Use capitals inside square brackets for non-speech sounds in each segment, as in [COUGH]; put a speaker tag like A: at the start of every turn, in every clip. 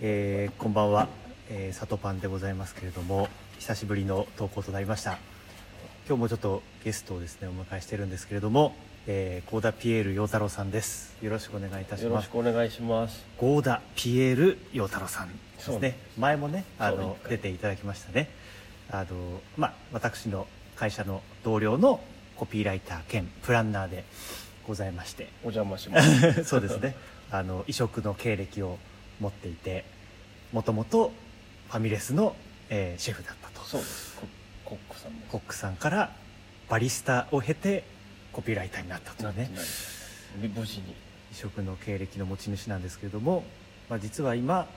A: えーこんばんは、えー、サトパンでございますけれども久しぶりの投稿となりました今日もちょっとゲストをですねお迎えしてるんですけれども、えー、ゴーダピエール陽太郎さんですよろしくお願いいたし
B: よろ
A: ま
B: し
A: す
B: くお願いします。
A: ゴーダピエール陽太郎さんです
B: そ
A: ね
B: うで
A: 前もねあ
B: そう
A: の
B: 一回
A: 出ていただきましたねあのまあ私の会社の同僚のコピーライター兼プランナーでございまして
B: お邪魔しま
A: [LAUGHS]
B: す。
A: そうですねあの異色の経歴を持っていてもともとファミレスの、えーシェフだったと
B: そうです。ココックさんです。
A: コックさんからバリスタを経てコピーライターになったとい
B: な
A: うね
B: なり無事に。
A: 異色の経歴の持ち主なんですけれども、まあ、実は今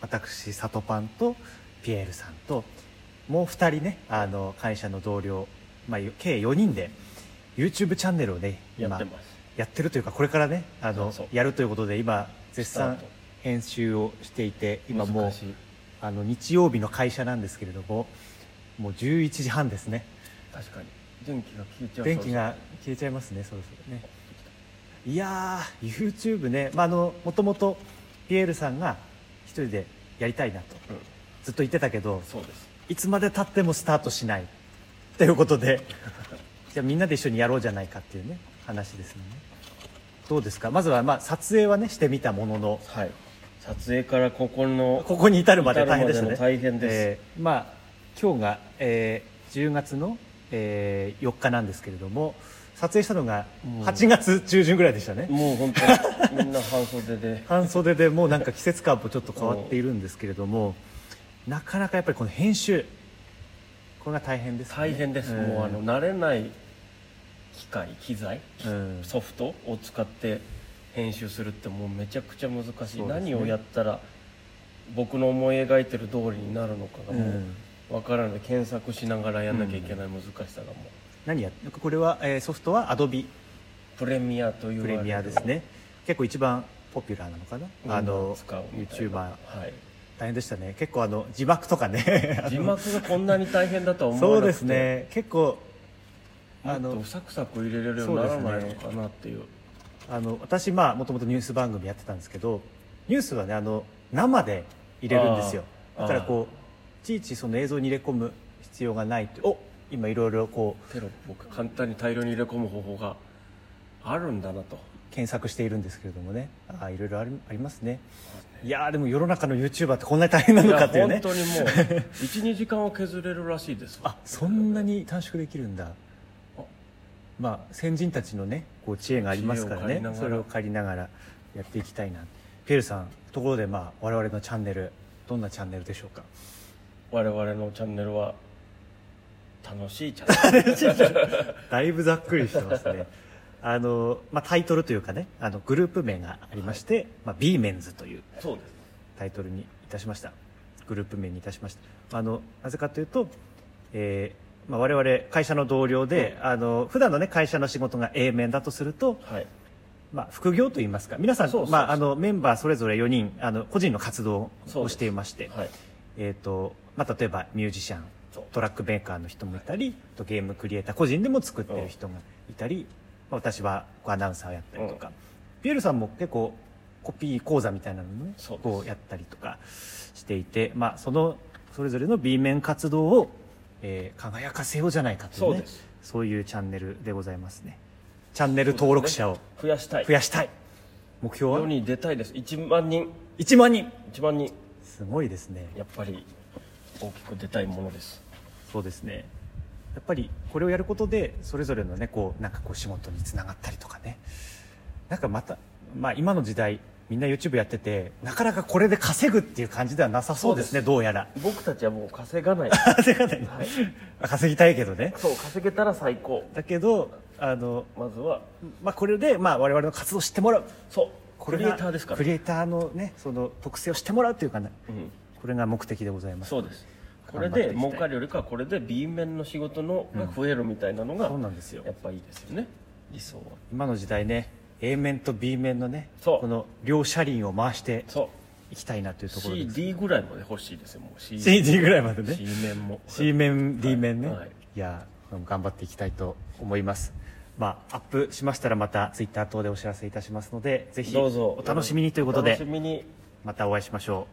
A: 私サトパンとピエールさんともう2人ねあの会社の同僚、まあ、計4人で YouTube チャンネルをね
B: や
A: 今
B: ってます。
A: やってるというかこれからねあの
B: そう
A: やるということで今絶賛
B: スタート
A: 編集をしていて今もう
B: 難しい
A: あの日曜日の会社なんですけれどももう11時半ですね
B: 確かに電気が消えちゃう。
A: 電気が消えちゃいますねそろそろねいやー YouTube ねまああのもともとピエールさんが一人でやりたいなと
B: そうそう。
A: ずっと言ってたけど
B: うん。そうです。
A: いつまでたってもスタートしないということ
B: [LAUGHS]
A: でじゃあみんなで一緒にやろうじゃないかっていうね話ですよねどうですかまずはまあ撮影はねしてみたものの
B: はい。撮影からここの
A: ここに至るまで大変でしたね
B: 至るまでの大変です
A: えーまあ今日が、えー10月の、え4日なんですけれども撮影したのが8月中旬ぐらいでしたね、
B: もう本当にみんな半袖で
A: [LAUGHS] 半袖でもうなんか季節感もちょっと変わっているんですけれども、なかなかやっぱりこの編集これが大変ですね
B: 大変です。
A: ん
B: もうあの慣れない機械機材、
A: うん
B: ソフトを使って編集するってもうめちゃくちゃ難しい、
A: そうですね
B: 何をやったら僕の思い描いてる通りになるのかがも
A: うん
B: う分からない検索しながらやんなきゃいけない難しさがもう、
A: 何やこれは、えーソフトは Adobe
B: プレミアという
A: プレミアですね結構一番ポピュラーなのかな、あの YouTuber
B: はい
A: 大変でしたね結構あの字幕とかねあの
B: 字幕がこんなに大変だとは
A: [LAUGHS]
B: 思
A: そ
B: わ
A: う
B: なくて
A: ですね結構
B: あ
A: あ
B: の
A: の
B: サクサク入れれるようにならないのかなっていう
A: あの私まあもともとニュース番組やってたんですけどニュースはねあの生で入れるんですよ
B: あー
A: だからこういちいちその映像に入れ込む必要がないってお今いろいろこう
B: テロップを簡単に大量に入れ込む方法があるんだなと
A: 検索しているんですけれどもねあーいろいろありありますねいやーでも世の中の YouTuber ってこんなに大 [LAUGHS] 変ないのか
B: や
A: っていう
B: 本
A: ね
B: 当にもう12時間を削れるらしいですわ
A: あそんなに短縮できるんだ
B: あ
A: まあ先人たちのねこう知恵がありますから
B: 知恵を
A: ね
B: 借りながら
A: それを借りながらやっていきたいなピエールさんところでまあ我々のチャンネルどんなチャンネルでし
B: [LAUGHS]
A: ょうか
B: 我々のチャンネルは楽しいチャン
A: [LAUGHS]
B: ネル
A: だいぶざっくりしてますねあの、まあ、タイトルというかねあのグループ名がありまして、まあ、B メンズという
B: そうです
A: タイトルにいたしましたグループ名にいたしましたあのなぜかというと、えーまあ、我々会社の同僚で、あの普段のね会社の仕事が A 面だとすると、
B: はい
A: まあ、副業といいますか皆さん
B: そうそうそう
A: まあ、あのメンバーそれぞれ4人あの個人の活動
B: そう
A: を
B: です
A: していまして、
B: はい
A: えーとまあ、例えばミュージシャン
B: そう
A: トラックメーカーの人もいたり、あとゲームクリエイター個人でも作ってる人がいたり、まあ、私はこうアナウンサーをやったりとか、ピエールさんも結構コピー講座みたいなのもね
B: そうです
A: こうやったりとかしていて、まあ、そのそれぞれの B 面活動を、えー輝かせようじゃないかという,、
B: そう
A: ね、
B: です
A: そういうチャンネルでございますねチャンネル登録者を
B: 増やしたい
A: 増やしたい目標
B: 世
A: は
B: に出たいです1万人
A: 1万人
B: 1万人
A: すごいですね
B: やっぱり大きく出たいものです
A: そうですねやっぱりこれをやることでそれぞれのねこうなんかこう仕事につながったりとかねなんかまた、まあ、今の時代みんな YouTube やっててなかなかこれで稼ぐっていう感じではなさそうですね
B: そうです
A: どうや
B: [LAUGHS]
A: ら
B: 僕たちはもう稼がない
A: [LAUGHS] 稼がない、稼ぎたいけどね
B: そう稼げたら最高
A: だけどあの、
B: まずは
A: まあ、これで、まあ、我々の活動を知ってもらう
B: そう
A: こ
B: ク
A: れ
B: リ
A: が
B: エイターですから
A: クリエイターのねその特性を知ってもらうというかね
B: うん、
A: これが目的でございます
B: そうですこ
A: 頑
B: れ
A: 張ってい
B: で
A: きたい
B: 儲かるよりかはこれで B 面の仕事のが増えるみたいなのが、
A: そうなんですよ
B: やっぱいいですよね理想は
A: 今の時代ね A 面と B 面のね
B: そう
A: この両車輪を回して
B: そう
A: いきたいなというところです
B: CD ぐらいまで欲しいですよもう C,
A: CD ぐらいまでね
B: C 面も
A: C 面 D 面ね、
B: はい
A: い、や頑張っていきたいと思いますまあアップしましたらまた Twitter 等でお知らせいたしますのでぜひ
B: どうぞ
A: お楽しみにということ
B: お楽し
A: で
B: みに
A: またお会いしましょう